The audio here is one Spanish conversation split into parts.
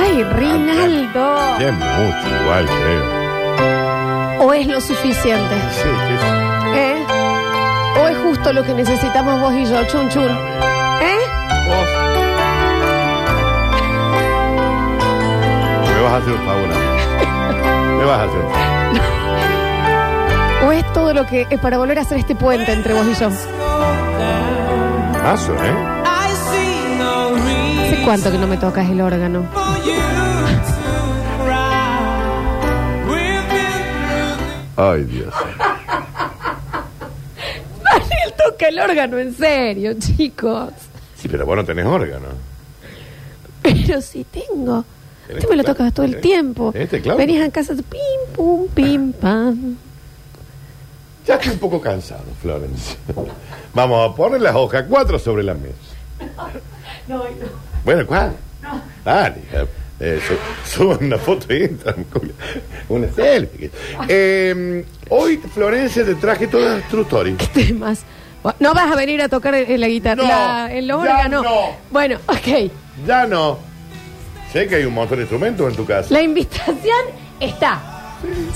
Ay, Rinaldo. Ya es mucho igual, creo. ¿O es lo suficiente? Sí, es- ¿Eh? ¿O es justo lo que necesitamos vos y yo, chun chun? ¿Eh? vos. Me vas a hacer un favor a mí. Me vas a hacer un favor. ¿O es todo lo que es para volver a hacer este puente entre vos y yo? ¿Hace Mazo, ¿eh? cuánto que no me tocas el órgano? Ay, Dios. Él toca el órgano, en serio, chicos. Sí, pero vos no tenés órgano. Pero sí tengo. ¿Tenés Tú me lo teclado? tocas todo el ¿Tenés- tiempo. tenés teclado? Venís a casa, pim, pum, pim, pam. Ya estoy un poco cansado, Florence. Vamos a poner las hojas cuatro sobre la mesa. Bueno, ¿cuál? Dale. hija. Eh, su- suban una foto y entran. con Una selfie. Eh, hoy, Florencia, te traje todas tus stories. Temas. No vas a venir a tocar el- la guitarra, No, la- el ya órgano. no. Bueno, ok. Ya no. Sé que hay un montón de instrumentos en tu casa. La invitación está.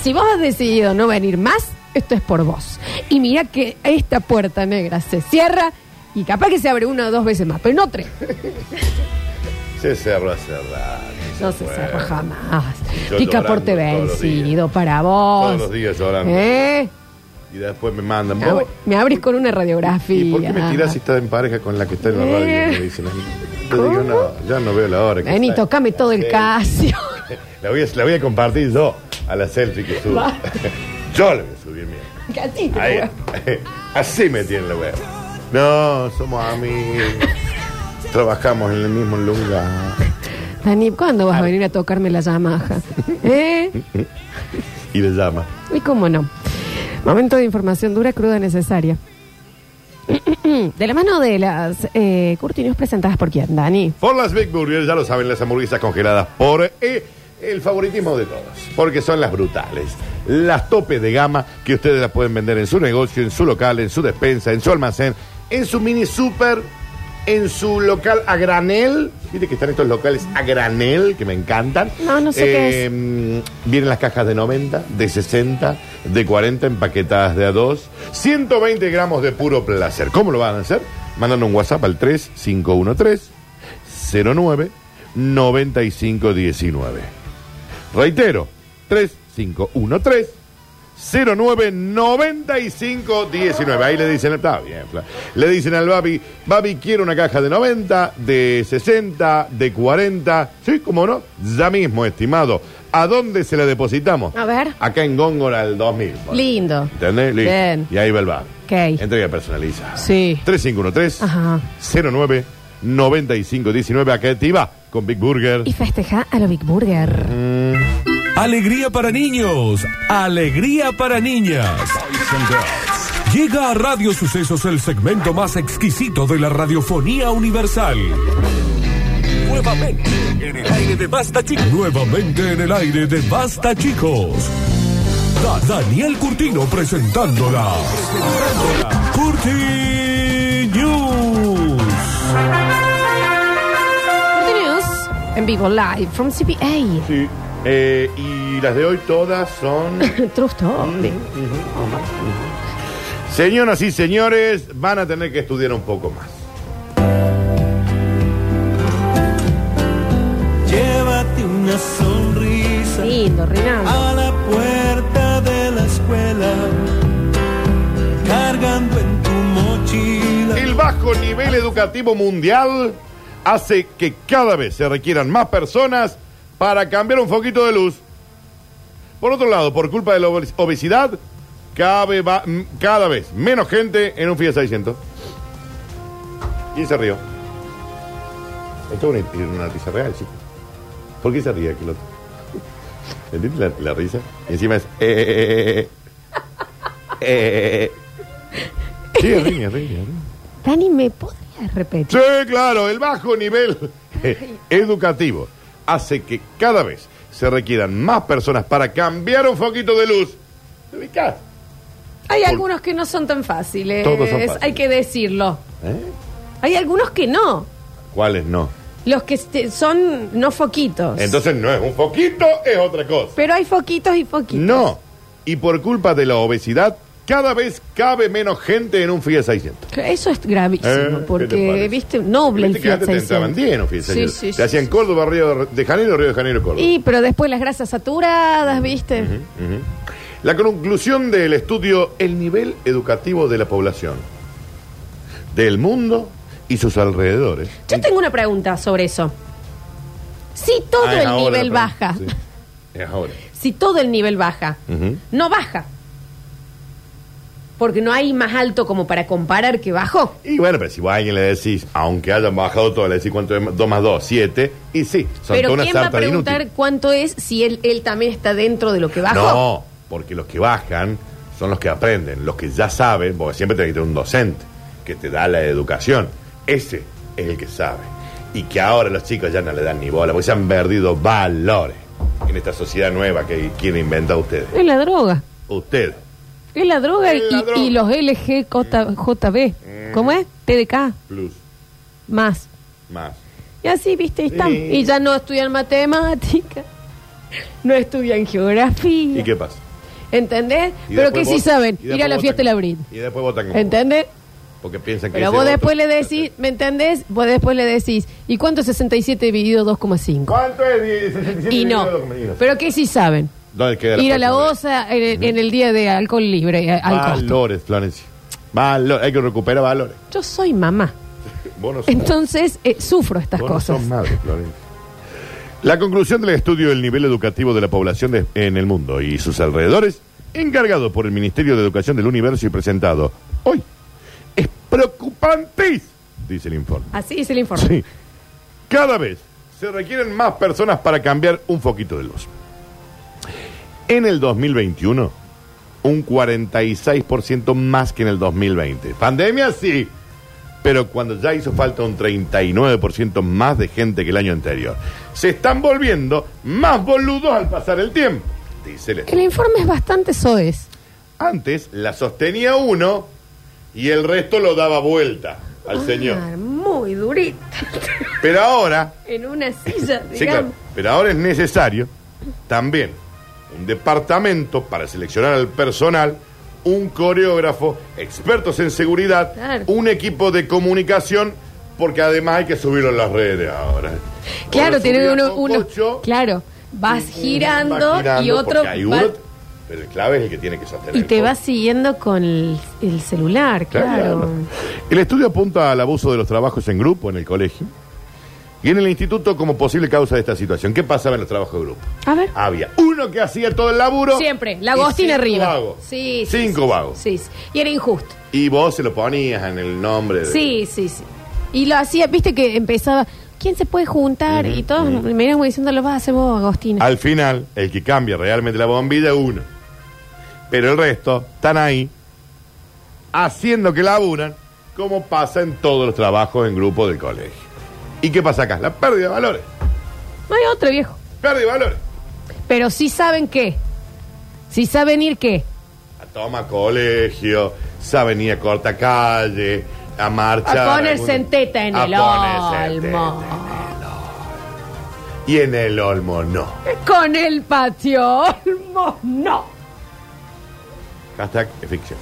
Si vos has decidido no venir más, esto es por vos. Y mira que esta puerta negra se cierra y capaz que se abre una o dos veces más, pero no tres. Se cerró a cerrar. No se cierra jamás. Yo Picaporte llorando todos los vencido días. para vos. Todos los días llorando. ¿Eh? Y después me mandan. Me abri- "Vos, Me abrís con una radiografía. ¿Y por qué me tirás si estás en pareja con la que está en la radio? Eh. Me dicen a mí. Yo digo, no, ya no veo la hora. que Vení, está. tocame todo el Sí. casio. La voy, a, la voy a compartir yo a la selfie que subo. Basta. yo la voy a subir mía. Casi. Ahí. Así me tiene la web. No, somos amigos. Trabajamos en el mismo lugar. Dani, ¿cuándo vas a venir a tocarme la Yamaha? ¿Eh? Y le llama. Y cómo no. Momento de información dura, cruda, necesaria. De la mano de las eh, Curtinios presentadas por quién, Dani. Por las Big Burgers, ya lo saben, las hamburguesas congeladas por eh, el favoritismo de todos, porque son las brutales, las tope de gama que ustedes las pueden vender en su negocio, en su local, en su despensa, en su almacén, en su mini super, en su local a granel. Viste que están estos locales a granel que me encantan. No, no sé qué es. Mm, Vienen las cajas de 90, de 60, de 40 empaquetadas de a 2. 120 gramos de puro placer. ¿Cómo lo van a hacer? Mandando un WhatsApp al 3513-09-9519. Reitero, 3513 099519. Ahí le dicen, está bien, Fla. Le dicen al Babi, Babi quiere una caja de 90, de 60, de 40. Sí, cómo no. Ya mismo, estimado. ¿A dónde se la depositamos? A ver. Acá en Góngora al 2000. ponele. Lindo. ¿Entendés? Listo. Bien. Y ahí va el Babi. Ok. Entrega personalizada. Sí. 3513 Ajá. 09 9519. Acá activa con Big Burger. Y festeja a lo Big Burger. Alegría para niños, alegría para niñas. Llega a Radio Sucesos el segmento más exquisito de la radiofonía universal. Nuevamente en el aire de Basta Chicos. Nuevamente en el aire de Basta Chicos. Da- Daniel Curtino presentándola. Curti News. Curtinios en vivo live from CPA. Sí. Eh, y las de hoy todas son. Trust only. Señoras y señores, van a tener que estudiar un poco más. Llévate una sonrisa Lindo, Rinaldo. a la puerta de la escuela, cargando en tu mochila. El bajo nivel educativo mundial hace que cada vez se requieran más personas para cambiar un foquito de luz. Por otro lado, por culpa de la obes- obesidad, cabe va- m- cada vez menos gente en un Fiat 600. ¿Quién se rió? Esto es una, una risa real, chico. ¿Por qué se ríe aquel otro? ¿Entendiste la, la risa? Y encima es... eh, eh, eh, eh, eh, eh, eh. Sí, ríe, ríe, ríe. Dani, ¿me podrías repetir? Sí, claro, el bajo nivel eh, educativo hace que cada vez se requieran más personas para cambiar un foquito de luz. ¿Te ubicás? Hay algunos que no son tan fáciles. Todos son fáciles. Hay que decirlo. ¿Eh? Hay algunos que no. ¿Cuáles no? Los que este- son no foquitos. Entonces no es un foquito, es otra cosa. Pero hay foquitos y foquitos. No. Y por culpa de la obesidad, cada vez cabe menos gente en un Fiat 600. Eso es gravísimo, Eh, ¿qué te porque, parece? viste, noble Viste el que Fiat antes 600. te entraban 10 en un Fiat Sí, 600. sí, sí, te hacían sí. Córdoba, Río de Janeiro, Río de Janeiro, Córdoba. Y, pero después las grasas saturadas, viste. La conclusión del estudio, el nivel educativo de la población, del mundo y sus alrededores. Yo tengo una pregunta sobre eso. Si todo Ah, es el ahora, nivel perdón. baja, Sí, Es ahora. si todo el nivel baja, Ujú. no baja. Porque no hay más alto como para comparar que bajó. Y bueno, pero si vos a alguien le decís, aunque hayan bajado todo, le decís cuánto es 2 más 2, 7, y sí, son Pero toda una ¿quién va a sarta de preguntar inútiles. cuánto es si él, él también está dentro de lo que bajó? No, porque los que bajan son los que aprenden, los que ya saben, porque siempre tenés que tener un docente que te da la educación. Ese es el que sabe. Y que ahora los chicos ya no le dan ni bola, porque se han perdido valores en esta sociedad nueva que quieren inventar ustedes. Es la droga. Usted. Es la droga, Es la y, droga. Mm. y los LGJB. ¿Cómo es? TDK. Plus, Más. más. Y así, viste, ahí están. Sí. Y ya no estudian matemática. No estudian geografía. ¿Y qué pasa? ¿Entendés? Y Pero después que sí votan. saben, Y ir a la después fiesta de la votan. Brit. Y después votan como ¿Entendés? Porque piensan que Pero ese vos voto- después le decís, ¿me entendés? Vos después le decís, ¿y cuánto es 67 dividido 2,5? ¿Cuánto es? 17 Y no. millones de dólares? Pero que sí saben. ¿Dónde queda Ir a la próxima vez? OSA en el, en el día de alcohol libre, eh, al costo. Valores, Florencia. Valores. Hay que recuperar valores. Yo soy mamá. Vos no sos- Entonces eh, sufro estas vos no cosas. sos madre, Florencia. La conclusión del estudio del nivel educativo de la población de- en el mundo y sus alrededores, encargado por el Ministerio de Educación del Universo y presentado hoy, es preocupante, dice el informe. Así es el informe. Sí. Cada vez se requieren más personas para cambiar un foquito de luz. En el 2021, un 46% más que en el 2020. Pandemia sí, pero cuando ya hizo falta un 39% más de gente que el año anterior. Se están volviendo más boludos al pasar el tiempo, dice el El informe es bastante soez. Antes la sostenía uno y el resto lo daba vuelta al señor. Ah, muy durito. Pero ahora en una silla, digamos. Sí, claro. Pero ahora es necesario también un departamento para seleccionar al personal, un coreógrafo, expertos en seguridad, Claro. un equipo de comunicación, porque además hay que subirlo en las redes ahora. Claro, Ahora tienen subirlo uno, con uno- cocho, Claro, vas y- girando, va girando, y otro porque hay va- uno, pero el clave es el que tiene que sostener. y el te coche. vas siguiendo con el, el celular, claro. Claro. El estudio apunta al abuso de los trabajos en grupo en el colegio y en el instituto como posible causa de esta situación. ¿Qué pasaba en los trabajos de grupo? A ver. Había uno que hacía todo el laburo. Siempre, la y Agostina cinco arriba. vagos. Sí, sí, cinco sí, vagos. Sí, sí. Y era injusto. Y vos se lo ponías en el nombre. de- Sí, sí, sí. Y lo hacía, viste que empezaba, ¿quién se puede juntar? y todos me iban diciendo, lo vas a hacer vos, Agostina. Al final, el que cambia realmente la bombilla es uno. Pero el resto están ahí haciendo que laburan como pasa en todos los trabajos en grupo del colegio. ¿Y qué pasa acá? La pérdida de valores. No hay otro viejo. Pérdida de valores. Pero sí saben qué. Sí saben ir qué. A toma colegio, saben ir a corta calle, a marchar. A ponerse algún- en teta en a el ponerse en olmo. teta en el olmo. Y en el olmo no. Con el patio Olmos, no. Hashtag ficción.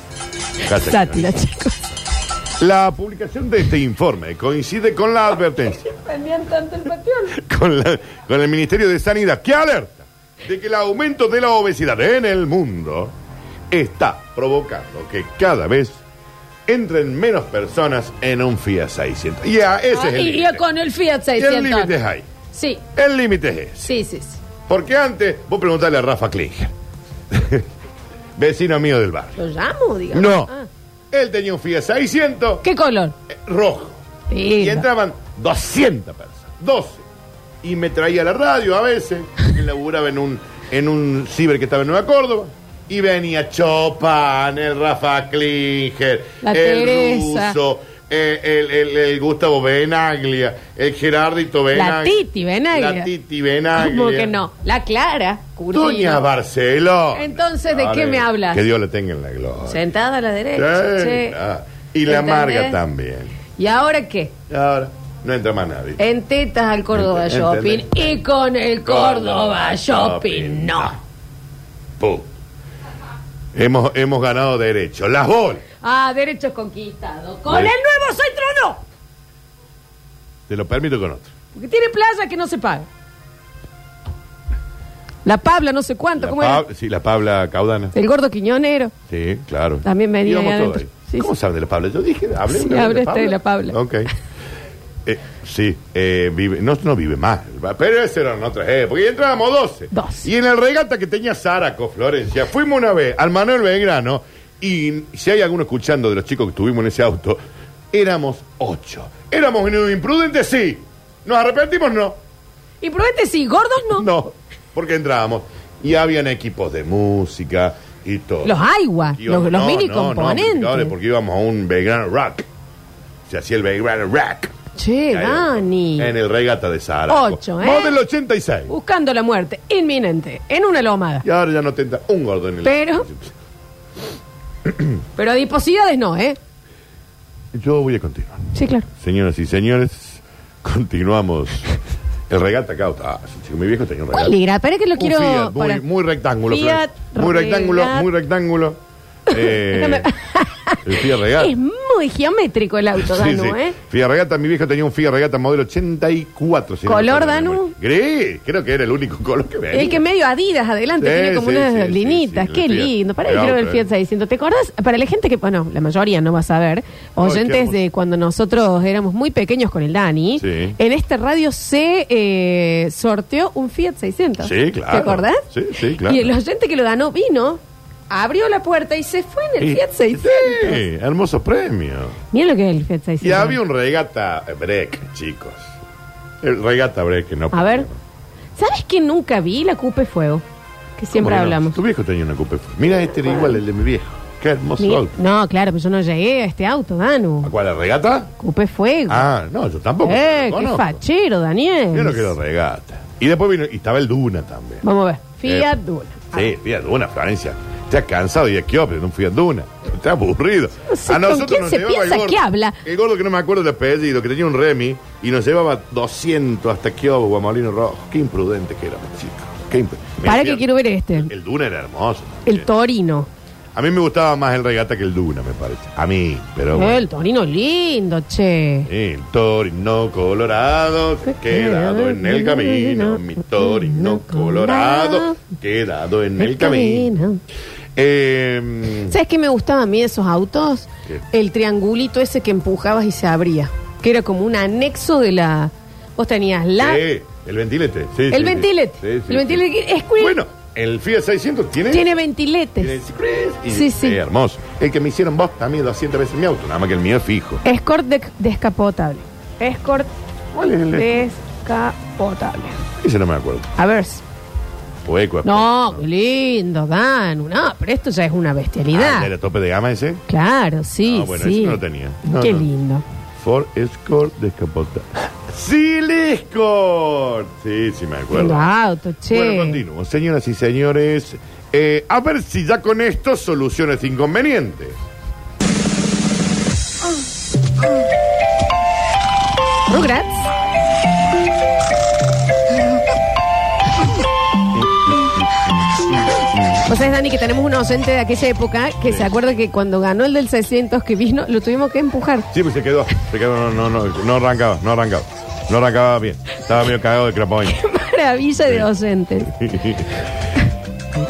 Hashtag Sátira, ficción. chicos. La publicación de este informe coincide con la advertencia, Prendían tanto el patio Olmos. con, la- con el Ministerio de Sanidad, que alerta de que el aumento de la obesidad en el mundo está provocando que cada vez entren menos personas en un Fiat 600. Y a- ese Ah, es el y- y límite. con el Fiat Y el límite 600. es ahí. Sí, El límite es ese. sí, sí. sí. Porque antes, vos preguntarle a Rafa Klinger, vecino mío del barrio. ¿Lo llamo, digamos? No, Ah. él tenía un Fiat 600 ¿Qué color? eh, rojo. Sí, Y entraban 200 personas, 12. Y me traía la radio a veces, que laburaba en un, en un ciber que estaba en Nueva Córdoba. Y venía Chopin, el Rafa Klinger, La el Teresa. Ruso, eh, el, el- el Gustavo Benaglia, el Gerardito Benaglia. Titi Benaglia. La Titi Benaglia. ¿Cómo que no? La Clara, Curtino. Doña Barceló. Entonces, ¿de qué me hablas? Que Dios le tenga en la gloria. Sentada a la Sí, derecha. che. ah. Y la ¿Entendés? Marga también. ¿Y ahora qué? Ahora, no entra más nadie. En tetas al Córdoba Ente- Shopping y con el Córdoba Shopping, Ah. no. Pum. Hemos, hemos ganado derecho. Las bolas. Ah, derechos conquistados. Con Sí. el nuevo soy trono. Te lo permito con otro. Porque tiene playa que no se paga. La Pabla, no sé cuánto, La ¿cómo Pab- era? Sí, la Pabla Caudana. El gordo quiñonero. Sí, claro. También venía Íbamos ahí todos adentro. ahí. Sí, ¿Cómo sí. saben de la Pabla? Yo dije, hablé Sí, una vez hablé este de la Pabla. Ok. Eh, sí, eh, vive, no, no vive más. Pero ese eran otras épocas. Y entrábamos 12. Doce. Y en el regata que tenía Zaraco, Florencia, fuimos una vez al Manuel Belgrano. Y si hay alguno escuchando de los chicos que tuvimos en ese auto, éramos 8. ¿Éramos unos imprudentes? Sí. ¿Nos arrepentimos? No. Y probete sí, gordos no. No. Porque entrábamos. Y habían equipos de música y todo. Los aigua, los, Íbamos- los no, mini no, no, componentes. amplificadores, porque íbamos a un Belgrano Rock. Se hacía el Belgrano Rock. che, Ahí, Dani. En el regata de Sahara. Ocho, ¿eh? Modelo 86. Buscando la muerte, inminente, en una lomada. Y ahora ya no tenta un gordo en el... Pero- Pero adiposidades no, ¿eh? Yo voy a continuar. Sí, claro. Señoras y señores, continuamos. El regata cauta. Ah, chico, mi viejo tenía un regata. ¿Cuál era? Espera que lo Un quiero. Fiat, muy, para- muy rectángulo. Fiat, Florencia. muy rectángulo, Regat. muy rectángulo. Eh, Déjame- el Fiat regata. Es muy geométrico el auto, Danu, ¿eh? Fiat Regata, mi viejo tenía un Fiat Regata modelo 84. si no ¿Color, me acuerdo Danu? bien. Gris, creo que era el único color que venía. El que medio Adidas adelante Sí, tiene como sí, unas sí, linitas. sí, sí, Qué el Fiat. lindo. Para El el quiero ver el auto, Fiat eh. 600. ¿Te acordás? Para la gente que, bueno, la mayoría no va a saber, Ay, qué oyentes hermoso. de cuando nosotros éramos muy pequeños con el Dani, Sí. en este radio se eh, sorteó un Fiat 600. Sí, claro. ¿Te acordás? Sí, sí, claro. Y el oyente que lo ganó vino, abrió la puerta y se fue en el Y- Fiat 600. Sí, hermoso premio. Mira lo que es el Fiat 600. Y había un Regata Break, chicos. El Regata Break, que no. A ver, ¿sabes que nunca vi la Coupe Fuego? Que siempre ¿Cómo que no? hablamos. Tu viejo tenía una Coupe. Mira, este era igual el de mi viejo. Qué hermoso Mira- auto. no, claro, pero yo no llegué a este auto, ¿A Danu. cuál? ¿La regata? Coupé fuego. Ah, no, yo tampoco. eh, lo qué conozco. fachero, Daniel. Yo no quiero regata. Y después vino, y estaba el Duna también. Vamos a ver. Fiat Eh, Duna. Ah, Sí, Fiat Duna, Florencia. Te has cansado y es que pero no fui a Duna. Está aburrido. No sé con quién se llevaba piensa que habla. El gordo que no me acuerdo de apellido, que tenía un remi y nos llevaba 200 hasta Kiobo o a Molino Rojo. Qué imprudente que era, chico. Qué impru- Mira, Para que Fiat- quiero ver este. El Duna era hermoso. El Torino. a mí me gustaba más el regata que el Duna, me parece. A mí, pero. Eh, bueno. el Torino lindo, che. El Torino Colorado se ha quedado en el camino. Mi Torino Colorado quedado en el camino. Eh, ¿Sabes qué me gustaba a mí de esos autos? ¿Qué? El triangulito ese que empujabas y se abría. Que era como un anexo de la. Vos tenías la. sí, el ventilete. sí, sí, el sí. ventilete. Sí, sí, el ventilete sí. es cool. Bueno, el Fiat 600 tiene. Tiene ventiletes. tiene el Secret y- Sí, sí. eh, hermoso. El que me hicieron vos también 200 veces mi auto. Nada más que el mío es fijo. Escort de- descapotable. Escort ¿Cuál es el de- este? descapotable. Ese no me acuerdo. Ah, A ver. O Eco. No, qué lindo, Dan. No, pero esto ya es una Ah, bestialidad. ¿Era tope de gama ese? Claro, sí, Ah, bueno, sí. ese no lo tenía. No, Qué no. lindo. Ford Escort descapotable. ¡Sí, el Escort! Sí, sí, me acuerdo. Lindo ¿ah? auto, che. Bueno, continuo. Señoras y señores, eh, a ver si ya con esto soluciones inconvenientes. Rugrats. Vos sabés, Dani, que tenemos un ausente de aquella época que se acuerda que cuando ganó el del 600 que vino, lo tuvimos que empujar. Sí, pues se quedó. Se quedó, no, no, no, no arrancaba, no arrancaba. No arrancaba bien. Estaba medio cagado de crapoño. Maravilla de ausentes.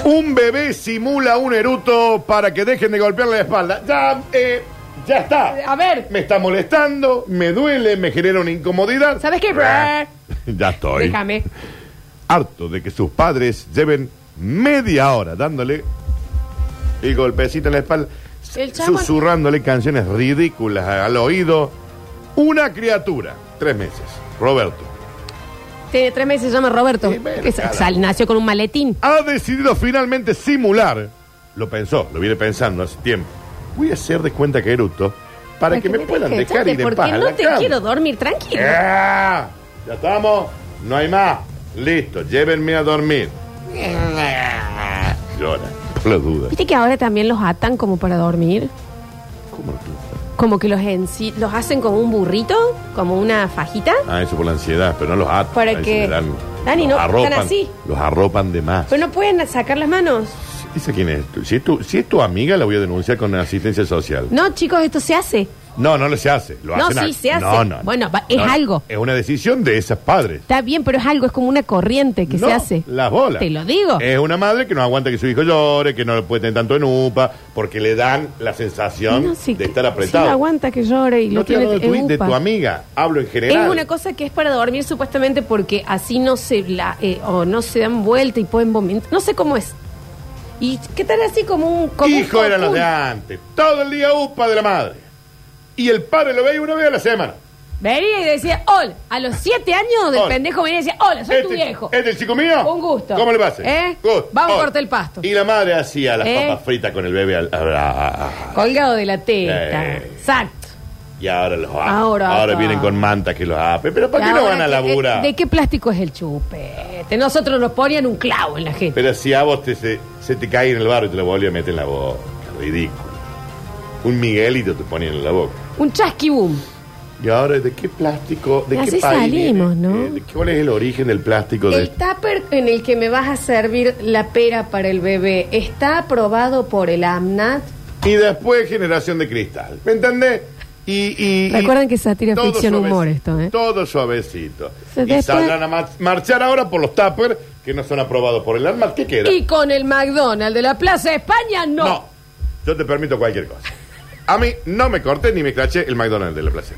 Un bebé simula un eruto para que dejen de golpearle la espalda. Ya, eh, ya está. A ver. Me está molestando, me duele, me genera una incomodidad. ¿Sabes qué? Ya estoy. Déjame. harto de que sus padres lleven media hora dándole el golpecito en la espalda, El chamo- susurrándole canciones ridículas al oído. Una criatura, tres meses, Roberto, Tiene tres meses, se llama Roberto. Sí, bueno, que sa- claro. sal- nació con un maletín. ha decidido finalmente simular, lo pensó, lo viene pensando hace tiempo, voy a hacer de cuenta que eruto para que me puedan dejes, dejar chate, ir en Porque paz. a no la te cama. quiero dormir tranquilo. ¡Ah! Ya estamos, no hay más. Listo, llévenme a dormir. Llora, por las dudas. Viste que ahora también los atan como para dormir. ¿Cómo lo piensa? como que los, enci- los hacen como un burrito, como una fajita, Ah, eso por la ansiedad, pero no los atan. Para ahí que- generan- Dani, los no, arropan, están así. Los arropan de más. pero no pueden sacar las manos. ¿Dice quién es? Tu- Si es, tu, si es tu amiga, la voy a denunciar con asistencia social. No, chicos, esto se hace. No, no, lo se hace. Lo No, hacen sí, a- se hace. No, no, no. Bueno, va- es No, algo. Es una decisión de esos padres. Está bien, pero es algo, es como una corriente que No, se hace. Las bolas. Te lo digo. Es una madre que no aguanta que su hijo llore, que no lo puede tener tanto en UPA, porque le dan la sensación No, sí, de estar sí, apretado. no aguanta que llore y no lo estoy tiene hablando de en tu, de tu upa. amiga, hablo en Es general. una cosa que es para dormir supuestamente porque así no se la eh, o no se dan vuelta y pueden vomitar. No sé cómo es. ¿Y qué tal así como un como un Hijo eran los de cocún? antes. Todo el día UPA de la madre. Y el padre lo veía una vez a la semana. Venía y decía, hola, a los siete años del Hola. pendejo venía y decía, hola, soy tu viejo. ¿Este el chico mío? Un gusto. ¿Cómo le pasa? ¿Eh? Gusto. Vamos a Hola. cortar el pasto. Y la madre hacía las ¿Eh? papas fritas con el bebé al- ah, Colgado de la teta. Eh. Exacto. Y ahora los hace. Ahora, Ahora acá. vienen con mantas que los hace. ¿Pero para qué no Ahora, van a ¿qué- laburar? ¿De qué plástico es el chupete? Nosotros nos ponían un clavo en la gente. Pero si a vos te, se, se te cae en el barro y te lo volví a meter en la boca. Ridículo. Un Miguelito te ponían en la boca. Un chasquibum. Y ahora, ¿de qué plástico? ¿De Y así qué país salimos, viene? ¿no? Eh, ¿de qué- ¿Cuál es el origen del plástico? De... El tupper en el que me vas a servir la pera para el bebé está aprobado por el AMNAT. Y después Generación de Cristal. ¿Me entendés? Y, y, y- Recuerden que es sátira, todo ficción, humor esto, ¿eh? Todo suavecito. Se y después- saldrán a mar- marchar ahora por los tuppers que no son aprobados por el ANMAT. ¿Qué queda? Y con el McDonald's de la Plaza de España, no. No, yo te permito cualquier cosa. A mí no me corté ni me craché el McDonald's de la plaza.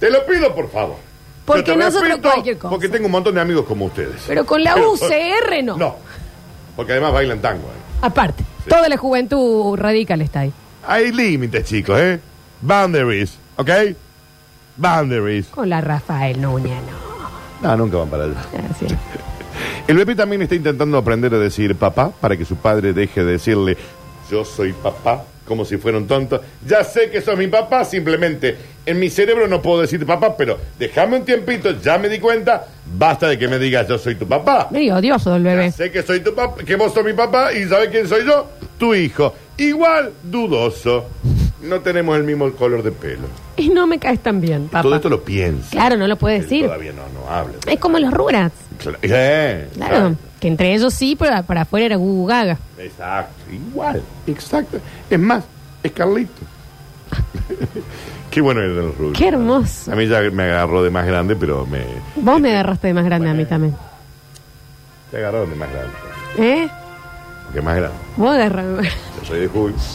Te lo pido, por favor. Porque Yo te nosotros respeto cualquier cosa. Porque tengo un montón de amigos como ustedes. Pero con la UCR no. No, porque además bailan tango. ¿eh? Aparte, toda la juventud radical está ahí. Hay límites, chicos, ¿eh? Boundaries, ¿ok? Boundaries. Con la Rafael Núñez, no. No, nunca van para allá. Así. El bebé también está intentando aprender a decir papá para que su padre deje de decirle yo soy papá, como si fuera un tonto. Ya sé que sos mi papá, simplemente en mi cerebro no puedo decirte papá, pero déjame un tiempito, ya me di cuenta, basta de que me digas yo soy tu papá. Medio odioso el Ya bebé. sé que soy tu papá, que vos sos mi papá y sabes quién soy yo, tu hijo. Igual dudoso. No tenemos el mismo color de pelo. Y no me caes tan bien, papá. Todo esto lo piensa. Claro, no lo puede Él decir. Todavía no, no habla. Es como los Rugrats. Cla- Eh, Claro. Que entre ellos sí, pero para afuera era Gugu Gaga. Exacto, igual, exacto. Es más, es Carlito. Qué bueno eran los rubios. Qué hermoso. A mí ya me agarró de más grande, pero me. Vos me agarraste de más grande a mí también. Te agarraron de más grande. ¿Eh? Que más grande. Vos agarrame. Yo soy de Julio.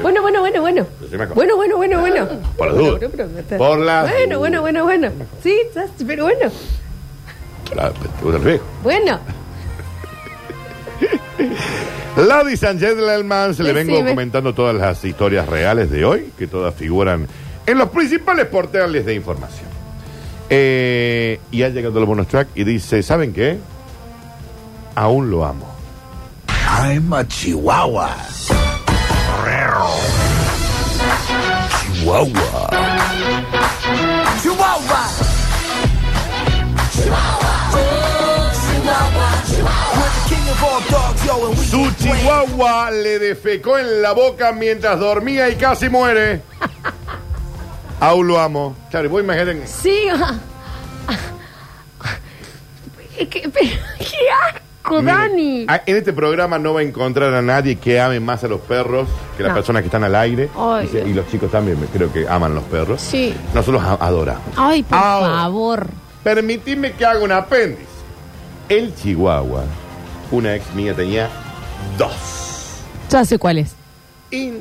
Bueno, bueno, bueno, bueno. Yo soy más joven. Bueno, bueno, bueno, bueno. Por las dudas. Por las Bueno, bueno, bueno, bueno. Sí, estás- pero bueno. La, te gusta el viejo. Bueno. Ladies and gentlemen, se le vengo Decime. comentando todas las historias reales de hoy, que todas figuran en los principales portales de información. Eh, y ha llegado el bonus track y dice, ¿saben qué? Aún lo amo. I'm a Chihuahua. Chihuahua. Chihuahua. We're the king of all dogs, yo, and we Su ain't playing. chihuahua le defecó en la boca mientras dormía y casi muere. Aún lo amo. Claro, voy a imaginar en- Sí. ah, ah, ah. Es que- pero- ¡Qué asco, Mire, Dani! a- En este programa no va a encontrar a nadie que ame más a los perros que las No. personas que están al aire. Ay, Dice, y los chicos también, me- creo que aman los perros. Sí. Nosotros a- adoramos. Ay, por Ahora. favor. Permitidme que haga un apéndice. El chihuahua, una ex mía tenía dos. Ya sé cuál es. Insufrible.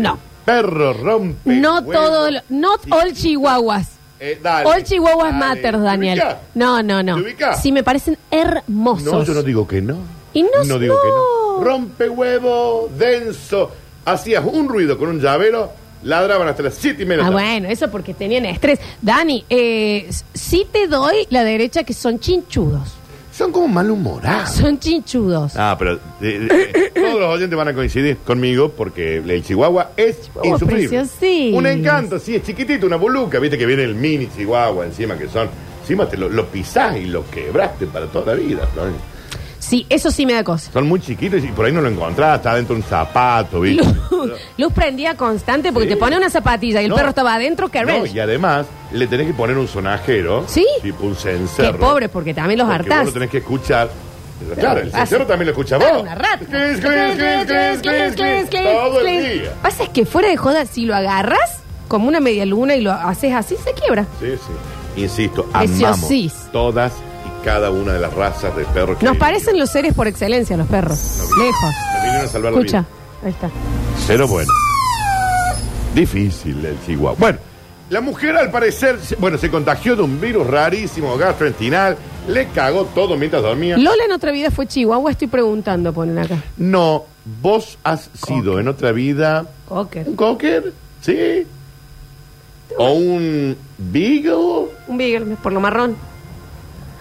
No. No. Perro rompe. No huevos. todos. los- Not all chihuahuas. Eh, dale, All chihuahuas dale. matters, ¿Te Daniel. ubicás? No, no, no. ¿Te ubicás? Sí, me parecen hermosos. No, yo no digo que no. Y no- digo no. que no. Rompe huevo, denso. Hacías un ruido con un llavero, ladraban hasta las siete y media. Ah, de la tarde. bueno, eso porque tenían estrés. Dani, eh, s- sí te doy la derecha que son chinchudos. Son como malhumorados. Son chinchudos. Ah, pero eh, eh, todos los oyentes van a coincidir conmigo porque el chihuahua es Chihuahua insufrible. Oh, preciosísimo. Un encanto, sí, es chiquitito, una boluca. Viste que viene el mini chihuahua encima que son. Encima te lo, lo pisás y lo quebraste para toda la vida, Florencia. Sí, eso sí me da cosa. Son muy chiquitos y por ahí no lo encontrás, está dentro de un zapato, ¿viste? Luz, luz prendía constante porque Sí. te pone una zapatilla y el No. perro estaba adentro, que No, y además le tenés que poner un sonajero. Sí. Tipo un Qué cencerro. pobre, porque también los Porque vos hartás. lo tenés que escuchar. claro, el pasa. cencerro también lo escuchás Era vos. una rata. Clis, clis, clis, clis, clis, clis, Todo el día. Pasa es que fuera de joda, si lo agarras como una media luna y lo haces así, se quiebra. Sí, sí. Insisto, amamos Preciosís. todas y cada una de las razas de perros que Nos hay. parecen los seres por excelencia, los perros. No, Lejos. Nos vinieron a salvar la Escucha, vida. ahí está. Pero bueno. Difícil el chihuahua. Bueno, la mujer al parecer, se- bueno, se contagió de un virus rarísimo, gastrointestinal, le cagó todo mientras dormía. Lola en otra vida fue Chihuahua, estoy preguntando, ponen acá. No, vos has sido en otra vida Cocker. un cocker, ¿sí? O un beagle. Un beagle, por lo marrón.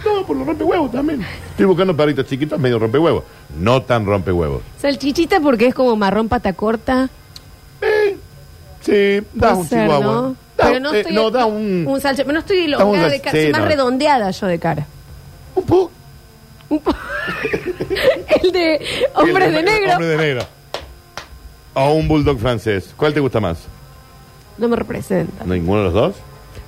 No, por los rompehuevos también. Estoy buscando perritos chiquitos medio rompehuevos. No tan rompehuevos. Salchichita porque es como marrón pata corta. Sí, da Puede un ser, chihuahua. ¿no? Da, Pero no eh, estoy. no, da un... Un salchi- pero no estoy da un elongada de cara, salchi- soy más no. redondeada yo de cara. Un poco. Un po- el de hombre de negro. Hombre de negro. O un bulldog francés. ¿Cuál te gusta más? No me representa. ¿Ninguno de los dos?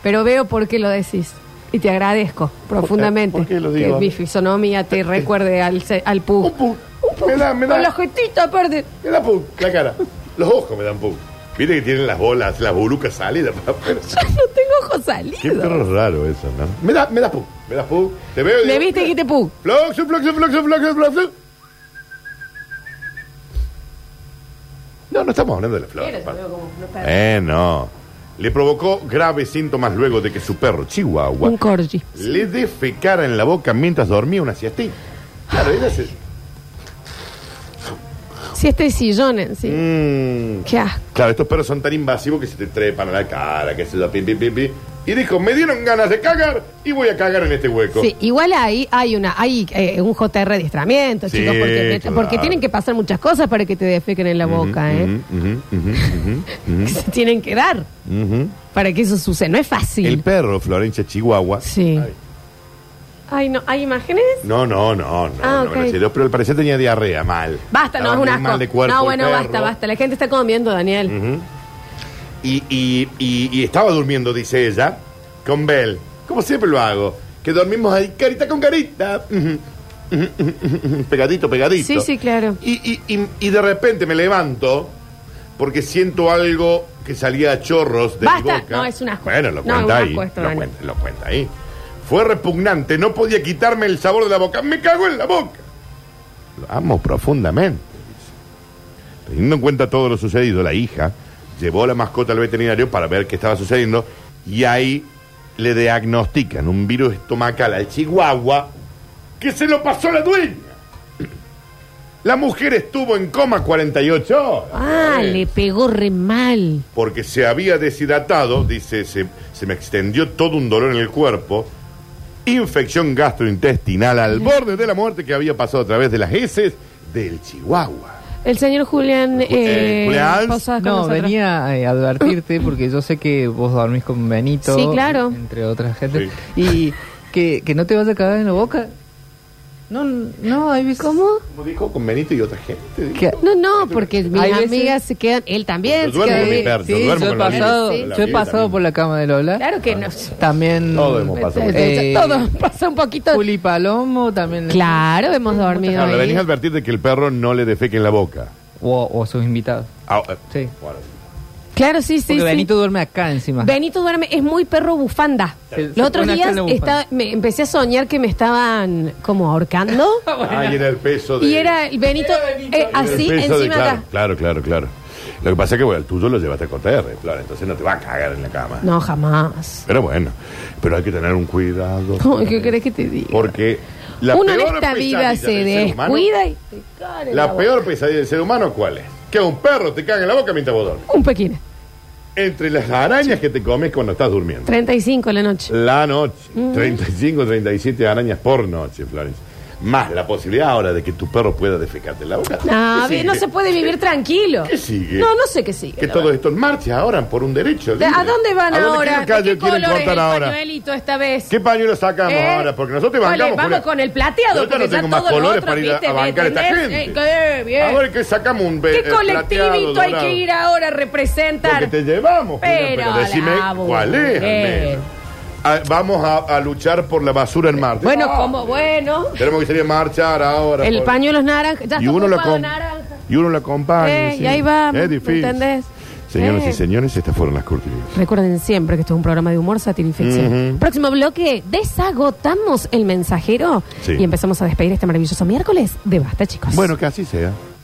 Pero veo por qué lo decís. Y te agradezco profundamente ¿Por qué lo digo? que mi fisonomía te recuerde al, se- al pug. Un pug. Un pug. Me da- me da- Con los gestitos aparte. Me da pug, la cara. Los ojos me dan pug. Viste que tienen las bolas, las bolucas salidas. para afuera. Yo no tengo ojos Qué perro salidos. raro eso, ¿no? Me da, me da pug. Me da pug. Te veo. y Me digo, viste que te pug. Floxu, floxu, floxu, floxu, floxu. No, no estamos hablando de la flor. pa. Eh, no. Le provocó graves síntomas luego de que su perro, Chihuahua, Un corgi. le defecara en la boca mientras dormía una siestita. Claro, ella se... Si este sillón en sí. Mm. Qué asco. Claro, estos perros son tan invasivos que se te trepan a la cara, que se da pim, pim, pim, pim. Y dijo, me dieron ganas de cagar y voy a cagar en este hueco. Sí, igual ahí hay una hay eh, un JR de distramiento, Sí, chicos, porque, te- claro. porque tienen que pasar muchas cosas para que te defequen en la boca, ¿eh? Ujú, ujú, ujú, Que se tienen que dar ujú. para que eso suceda. No es fácil. El perro, Florencia Chihuahua. Sí. Ay. Ay, no, ¿hay imágenes? No, no, no, no, Ah, ok. no, gracias a Dios, pero al parecer tenía diarrea, mal. Basta, no, Estaba es un muy asco. mal de cuerpo no, el bueno, perro. basta, basta. La gente está comiendo, Daniel. Y, y, y, y estaba durmiendo, dice ella, con Bel. Como siempre lo hago. Que dormimos ahí carita con carita. Ujú, ujú, ujú, ujú, pegadito, pegadito. Sí, sí, claro. Y, y, y, y de repente me levanto porque siento algo que salía a chorros de mi Basta, boca. no, es un asco. Bueno, lo No, cuenta es un ahí. asco esto, lo, Dani. cuenta, lo cuenta ahí. Fue repugnante, no podía quitarme el sabor de la boca. Me cago en la boca. Lo amo profundamente. dice. Teniendo en cuenta todo lo sucedido, la hija llevó a la mascota al veterinario para ver qué estaba sucediendo y ahí le diagnostican un virus estomacal al chihuahua que se lo pasó la dueña. La mujer estuvo en coma 48 horas. Ah, le pegó re mal. Porque se había deshidratado, dice, se, se me extendió todo un dolor en el cuerpo. Infección gastrointestinal al borde de la muerte que había pasado a través de las heces del chihuahua. El señor Julián eh, eh, Julián. Posadas Ah, con No, nosotros. venía eh, a advertirte porque yo sé que vos dormís con Benito. Sí, claro. Entre otras gente. Y que, que no te vas a cagar en la boca. No, no, hay veces. ¿Cómo? Como dijo con Benito y otra gente. dijo. Que- No, no, porque mis Hay veces- amigas se quedan. Él también Yo se duermo queda con mi ahí. perro. Sí, Yo yo, duermo he con la pasado, vida, sí. yo he La vida pasado también. por la cama de Lola. Claro Ah, que no. También Todo hemos pasado. Eh, Todo pasa un poquito. Juli Palomo también. Claro, hemos dormido. Claro, le ahí. venís a advertir de que el perro no le defeque en la boca. O, o sus invitados. Ah, eh, Sí. bueno. Claro, sí, sí. Porque sí. Benito duerme acá encima. Benito duerme, es muy perro bufanda. Se- se Los otros pone acá días en la bufanda. estaba, me empecé a soñar que me estaban como ahorcando. Ay, era el peso de... y era el Benito, eh, Era el así peso encima de- de claro, acá. Claro, claro, claro. Lo que pasa es que bueno, el tuyo lo llevaste con TR, claro, entonces no te va a cagar en la cama. No, jamás. Pero bueno, pero hay que tener un cuidado. No, ¿Qué querés que te diga? Porque la Uno en peor esta vida pesadilla se del ser humano- descuida y te cae en La, boca. peor pesadilla del ser humano, ¿cuál es? Que un perro te caga en la boca mientras vos dormís. Un pequín. Entre las arañas que te comes cuando estás durmiendo. 35 en la noche. Mm. La noche. 35, 37 arañas por noche, Florencia. más la posibilidad ahora de que tu perro pueda defecarte en la boca. No, ¿Qué Ah, bien, no sigue? se puede vivir tranquilo. ¿Qué sigue? No, no sé qué sigue. Que la todo verdad. esto en marcha ahora por un derecho. libre. ¿A dónde van ¿A dónde- ahora? ¿Qué callo ¿De qué color quieren es el cortar ahora? pañuelito esta vez? ¿Qué pañuelo sacamos ¿Eh? ahora? Porque nosotros te ¿Cuál es? bancamos. Vamos Julia. con el plateado, Yo ya porque no ya tengo más todo lo colores otro, para ir a, ¿viste? a bancar a esta ¿Entendés? gente. Eh, qué bien. Ahora es que sacamos un ¿Qué eh, plateado, colectivito hay dorado. que ir ahora a representar? Porque te llevamos. Julia, Pero la decime cuál es. al aburré. menos. Ah, Vamos a, a luchar por la basura en Marte. Bueno, Ah, como bueno. Tenemos que salir a marchar ahora. El por- pañuelo es naranja. Ya y está uno, lo ocupado acom- naranja. y uno lo acompaña. Eh, sí. Y ahí va. Es difícil. ¿Entendés? Señoras Eh. y señores, estas fueron las cortinas. Recuerden siempre que esto es un programa de humor, sátira y ficción. Ujú. Próximo bloque, desagotamos el mensajero Sí. y empezamos a despedir este maravilloso miércoles de Basta, chicos. Bueno, que así sea.